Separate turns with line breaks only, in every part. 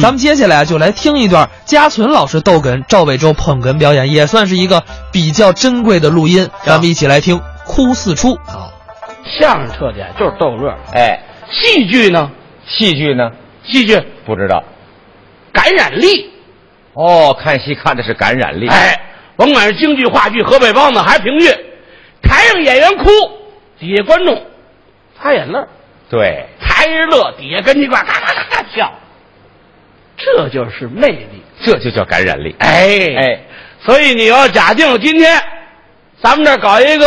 咱们接下来就来听一段嘉存老师逗哏、赵伟洲捧哏表演，也算是一个比较珍贵的录音。咱们一起来听《哭四出》。
好，相声特点就是逗乐，
哎，
戏剧呢，
戏剧呢？
戏剧
不知道。
感染力，
哦，看戏看的是感染力。，
哎，甭管是京剧、话剧、河北梆子还是评剧，台上演员哭，底下观众擦眼泪儿，
对，
台上乐，底下跟叽呱嘎嘎嘎嘎笑，这就是魅力。
这就叫感染力。
哎
哎，
所以你要假定今天咱们这儿搞一个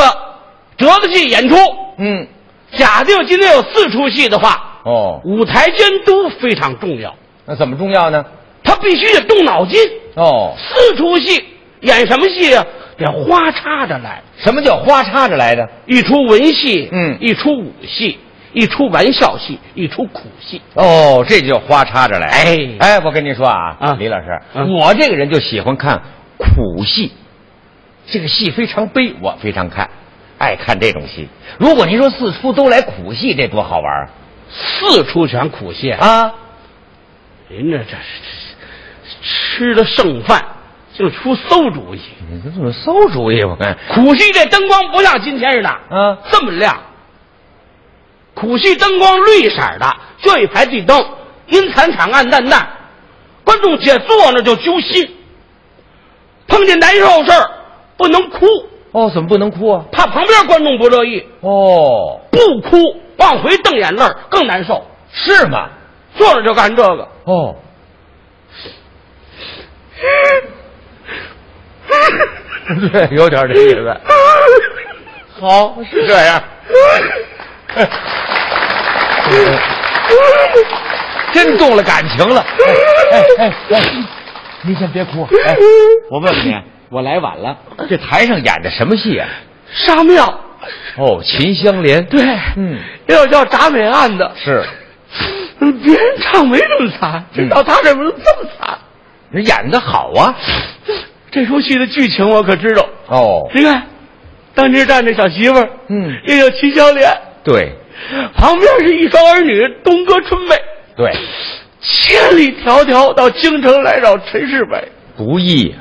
折子戏演出，
嗯，
假定今天有四出戏的话，
哦，
舞台监督非常重要，
那怎么重要呢？
他必须得动脑筋。
哦，
四出戏演什么戏啊？得花插着来，
什么叫花插着来的？
一出文戏，
嗯
一出武戏，一出玩笑戏，一出苦戏。
哦，这就叫花插着来。
哎
哎，我跟你说啊，
啊
李老师，
嗯
我这个人就喜欢看苦戏，这个戏非常悲，我非常看，爱看这种戏。如果您说四出都来苦戏，这多好玩儿
四出全苦戏哎
啊！，啊，
您这这这吃的剩饭就出馊主意。
你这怎么馊主意？我看，
苦戏这灯光不像今天似的，
嗯
这么亮。苦戏灯光绿色的，就一排地灯，阴惨惨暗淡淡，观众且坐那就揪心。碰见难受事儿不能哭，
哦，怎么不能哭啊？
怕旁边观众不乐意，
哦，
不哭往回瞪眼泪儿更难受。
是吗？
坐着就干这个，
哦，哎对，有点这意思。好，是这样。真动了感情了。哎哎哎，您先别哭。哎，我问问你，我来晚了，这台上演的什么戏啊？
杀庙
哦，《秦香莲》。
对，
嗯，
也有叫铡美案的，
是，
呃别人唱没这么惨，
嗯
这到他这不是这么惨。
人演的好啊。
这出戏的剧情我可知道。
哦，
你看，当街站着小媳妇儿，
嗯
也有秦香莲，
对，
旁边是一双儿女东哥春妹，
对，
千里迢迢到京城来找陈世美，
不易啊。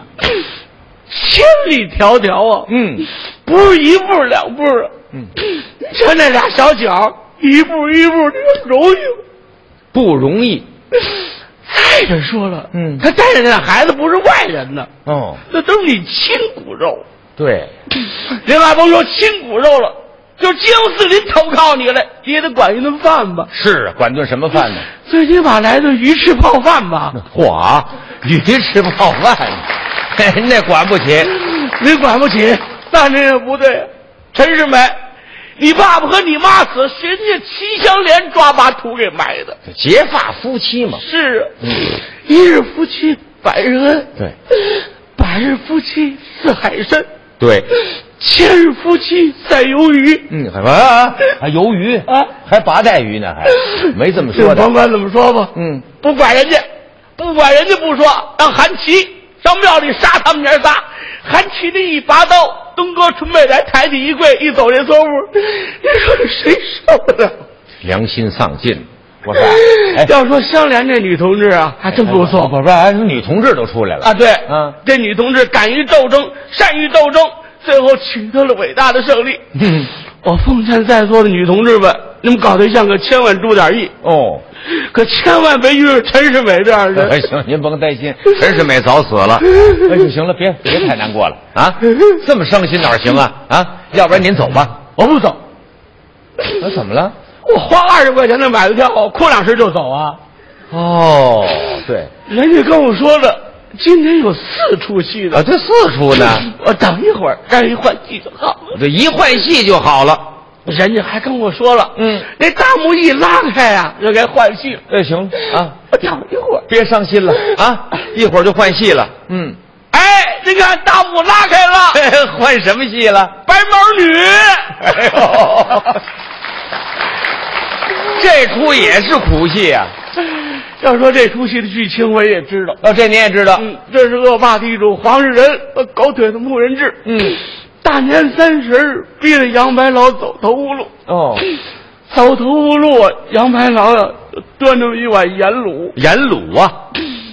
千里迢迢啊，
嗯，
不是一步两步啊，
嗯，
就那俩小脚儿一步一步的容易吗。
不容易。
再者说了，
嗯
他带着那孩子不是外人呢，
哦，
那都是你亲骨 肉。
对，
另外甭说亲骨肉了，就街坊四邻投靠你了，你也得管一顿饭吧。
是啊管顿什么饭呢？
最起码来顿鱼翅泡饭吧，
嚯，鱼吃泡饭，嘿那管不起。
你管不起，那这也不对。啊陈世美，你爸爸和你妈死，人家齐香莲抓把土给埋的。
结发夫妻嘛，
是啊，
嗯
一日夫妻百日恩，
对，
百日夫妻似海参，
对，
千日夫妻赛鱿鱼。
嗯，还啊，还鱿鱼
啊
还拔带鱼呢，还 没这么说的
甭。管怎么说吧，
嗯，
不管人家，不管人家不说，让韩琦上庙里杀他们娘仨。韩琦这一拔刀，东哥春妹来抬起一跪，一走这缩步，你说这谁受得了？
良心丧尽。我说，哎，
要说香莲这女同志啊，还真不错
我说，哎，女同志都出来了
啊。对，
嗯
这女同志敢于斗争，善于斗争，最后取得了伟大的胜利。
嗯
我奉劝在座的女同志们，你们搞对象可千万注点意，
哦，
可千万别遇上陈世美这样的人。
哎，行，您甭担心，陈世美早死了。哎呦，行了，别别太难过了啊，这么伤心哪儿行啊啊？要不然您走吧，
我不走，
那怎么了？
我花二十块钱的买的票，哭两声就走啊！
哦，对
人家跟我说了，今天有四出戏
啊，
的，
这四出呢，
我等一会儿让人换戏就好了。
这一换戏就好了。
人家还跟我说了，
嗯
那大幕一拉开啊，就该换戏了。
哎，行了啊，
我等一会儿，
别伤心了啊，一会儿就换戏了。 嗯，
哎，你看大幕拉开了，
换什么戏了？
白毛女，
哎呦， 这出也是苦戏啊！
要说这出戏的剧情我也知道，
哦，这您也知道。
嗯，这是恶霸地主黄世仁和狗腿子穆仁志，
嗯，
大年三十儿逼着杨白劳走投无路。啊
哦，
走投无路，杨白劳呀啊端着一碗盐卤，
盐卤啊，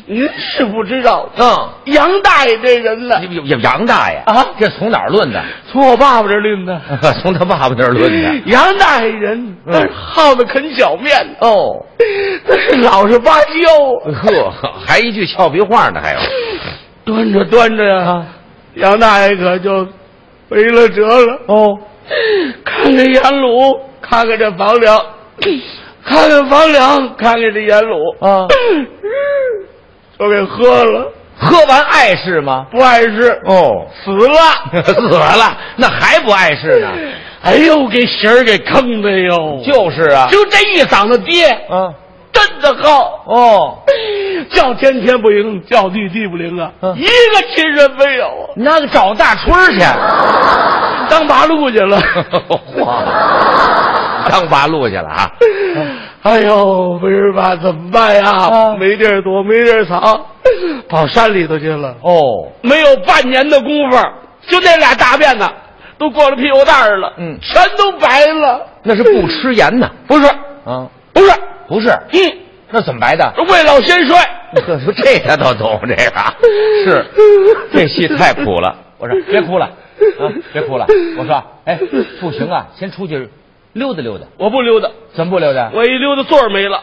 您是不知道，
嗯，
杨大爷这人呢，
有有杨大爷
啊
这从哪儿论的？
从我爸爸这儿拎的。
从他爸爸那儿论的。
杨大爷人，
嗯
但是耗子啃小面，
哦，
但是老实巴交，啊
呵，还一句俏皮话呢，还有，
端着端着呀，杨大爷可就没了辙了。
哦，
看看盐卤，看看这房 梁，看看房梁，看看这盐卤
啊，
都给喝了，
喝完碍事吗？
不碍事，
哦，
死了。
死 了，那还不碍事呢？
哎呦，给神儿给坑的哟！
就是啊，
就这一嗓子爹，
啊，
真的 好，
哦，
叫天天不灵，叫地地不灵啊，
嗯
一个亲人没有，
那个找大春 儿去，
当八路去 了。
嚯，当八路去了啊？
哎呦，不是吧？怎么办呀？
啊
没地儿躲，没地儿藏，跑山里头去了。
哦，
没有半年的功夫，就那俩大辫子都过了屁股蛋儿了，
嗯
全都白了。
那是不吃盐呢，
不是，
啊，
不是，
不是，
嗯，
那怎么白的？
未老先衰。
呵，说这他都懂，这个是这戏太苦了。我说别哭了啊，别哭了。我说哎，不行啊，先出去溜达溜达。
我不溜达，
怎么不溜达？
我一溜达座儿没了，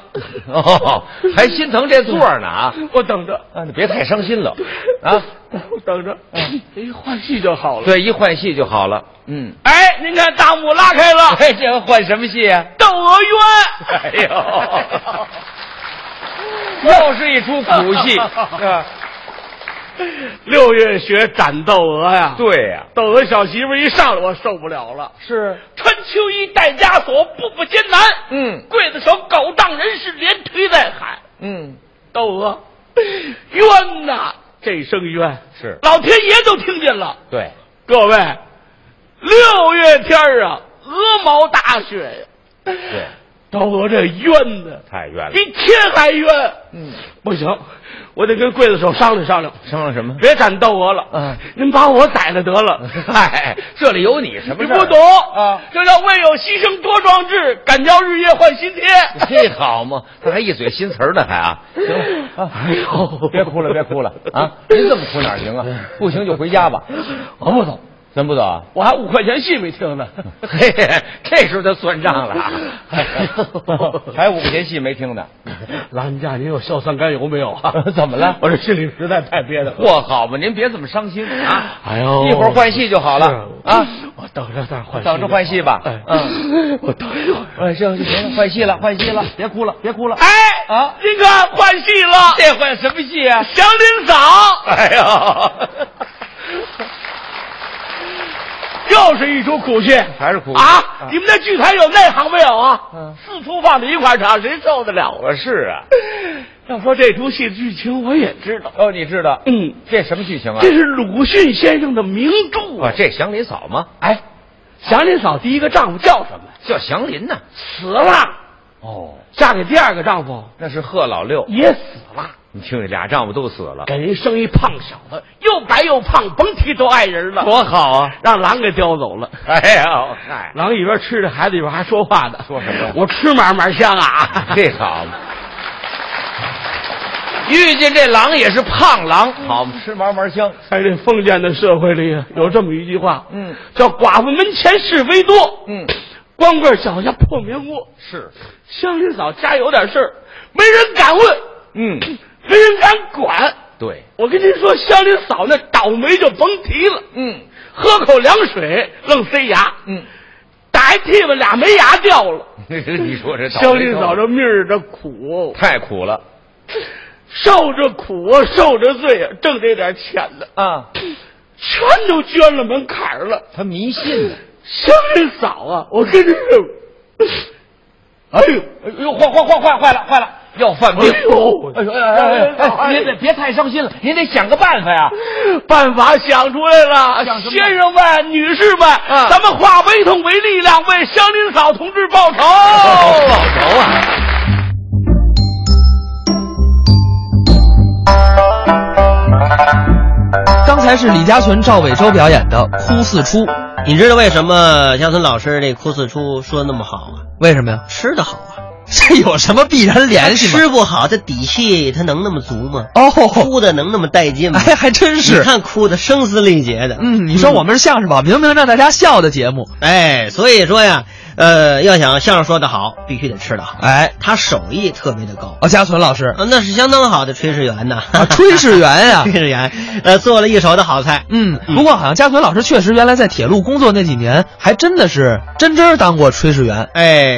哦，还心疼这座儿呢啊！
我等着，
啊，你别太伤心了啊！
我等着，哎，换戏就好了。
对，一换戏就好了。嗯，
哎，您看大幕拉开了，
哎，这换什么戏啊？
《窦娥冤》。
哎
哎
呦，又是一出 苦戏啊！
六月雪斩窦娥呀，
对呀、
窦娥小媳妇儿一上来，我受不了了。
是，
穿秋衣带枷锁，步步艰难。
嗯
刽子手狗仗人势，连推带喊。
嗯，
窦娥，冤呐！这声冤
是
老天爷都听见了。
对，
各位，六月天儿啊，鹅毛大雪呀，
对，
窦娥这冤的
太冤了。
比天还冤。
嗯，
不行，我得跟刽子手商量商量，
商量什么？
别斩窦娥了。
嗯
您把我宰了得了。
嗨，这里有你什么
你
事儿
不懂
啊？
这叫为有牺牲多壮志，敢教日夜换新 天。
这好嘛，他还一嘴新词儿呢，还啊，行了，啊
哎呦
别哭了，别哭了 啊！您这么哭哪儿行啊？不行就回家吧。
我不懂，
咱不走啊？
我还五块钱戏没听 呢。
嘿，这时候他算账了啊
哎呦，
还有五块钱戏没听呢。
老人家，您有硝酸甘油没有啊
？怎么了
我这心里实在太憋得慌。
嚯，好嘛，您别这么伤心啊！
哎呦
一会儿换戏就好了
是
啊！
我等着再换戏，
等着换戏吧
哎
嗯，
我等一会儿。
哎，行行行，换戏了，换戏了，别哭了，别哭了。
哎
啊
您看换戏了，
这换什么戏 啊？
祥林嫂
哎呀，
又是一出苦戏。
还是哭
啊！你们那剧团有内行没有啊？
嗯
四处放着一块场，谁受得了啊？
我是啊。
要说这出戏的剧情，我也知道。
哦，你知道，
嗯，
这什么剧情啊
这？是鲁迅先生的名著
哇，
啊。
这祥林嫂吗？
哎，祥林嫂第一个丈夫叫什么？
叫祥林呐。
死了，
哦，
嫁给第二个丈夫
那是贺老六。
也死了，
你听，这俩丈夫都死了，
给人生一胖小子，又白又胖，甭提多爱人了。
多好啊！
让狼给叼走了。
哎呀，嗨，
狼一边吃着孩子，一边还说话呢。
说什么呀
我吃嘛嘛香啊！
这好嘛。遇见这狼也是胖狼，好嘛，吃嘛嘛香。
在这封建的社会里，有这么一句话，
嗯，
叫“寡妇门前是非多，
嗯，
光棍脚下破棉窝”。
是，
乡亲嫂家有点事儿，没人敢问，
嗯，
没人敢管。
对，
我跟您说，乡亲嫂那倒霉就甭提了，
嗯
喝口凉水愣塞牙，
嗯，
打一屁巴俩没牙掉了。
你说这倒霉
乡亲嫂这命儿这苦，
太苦了
受着苦啊，受着罪啊，挣这点钱呢，
啊！
全都捐了门槛儿了。
他迷信呢。
乡亲嫂啊，我跟你说，哎呦，
哎呦，坏坏坏坏坏了坏了，要犯病
哎。呦，
哎呦哎哎哎哎！您得别太伤心了，您得想个办法呀。
办法想出来了，
想什么
先生们、女士们，
嗯
咱们化悲痛为力量，为乡亲嫂同志报仇。
报仇啊！
刚才是李家纯、赵伟洲表演的《哭四出》，
你知道为什么乡村老师这哭四出说得那么好啊？
为什么呀？
吃的好啊！
这有什么必然联系吗？
吃不好，他底气他能那么足吗？
哦，
哭的能那么带劲吗？
哎，还真
你
是。
看哭的声嘶力竭的。
嗯，你说我们是相声吧，明明让大家笑的节目，
哎，所以说呀，呃，要想相声说得好，必须得吃得好。
哎，
他手艺特别的高，
哦，家存老师，
啊，那是相当好的炊事员呐，
啊，炊事员呀
炊，事员，呃，做了一手的好菜。
嗯，不过好像家存老师确实原来在铁路工作那几年，还真的是真真儿当过炊事员。
哎，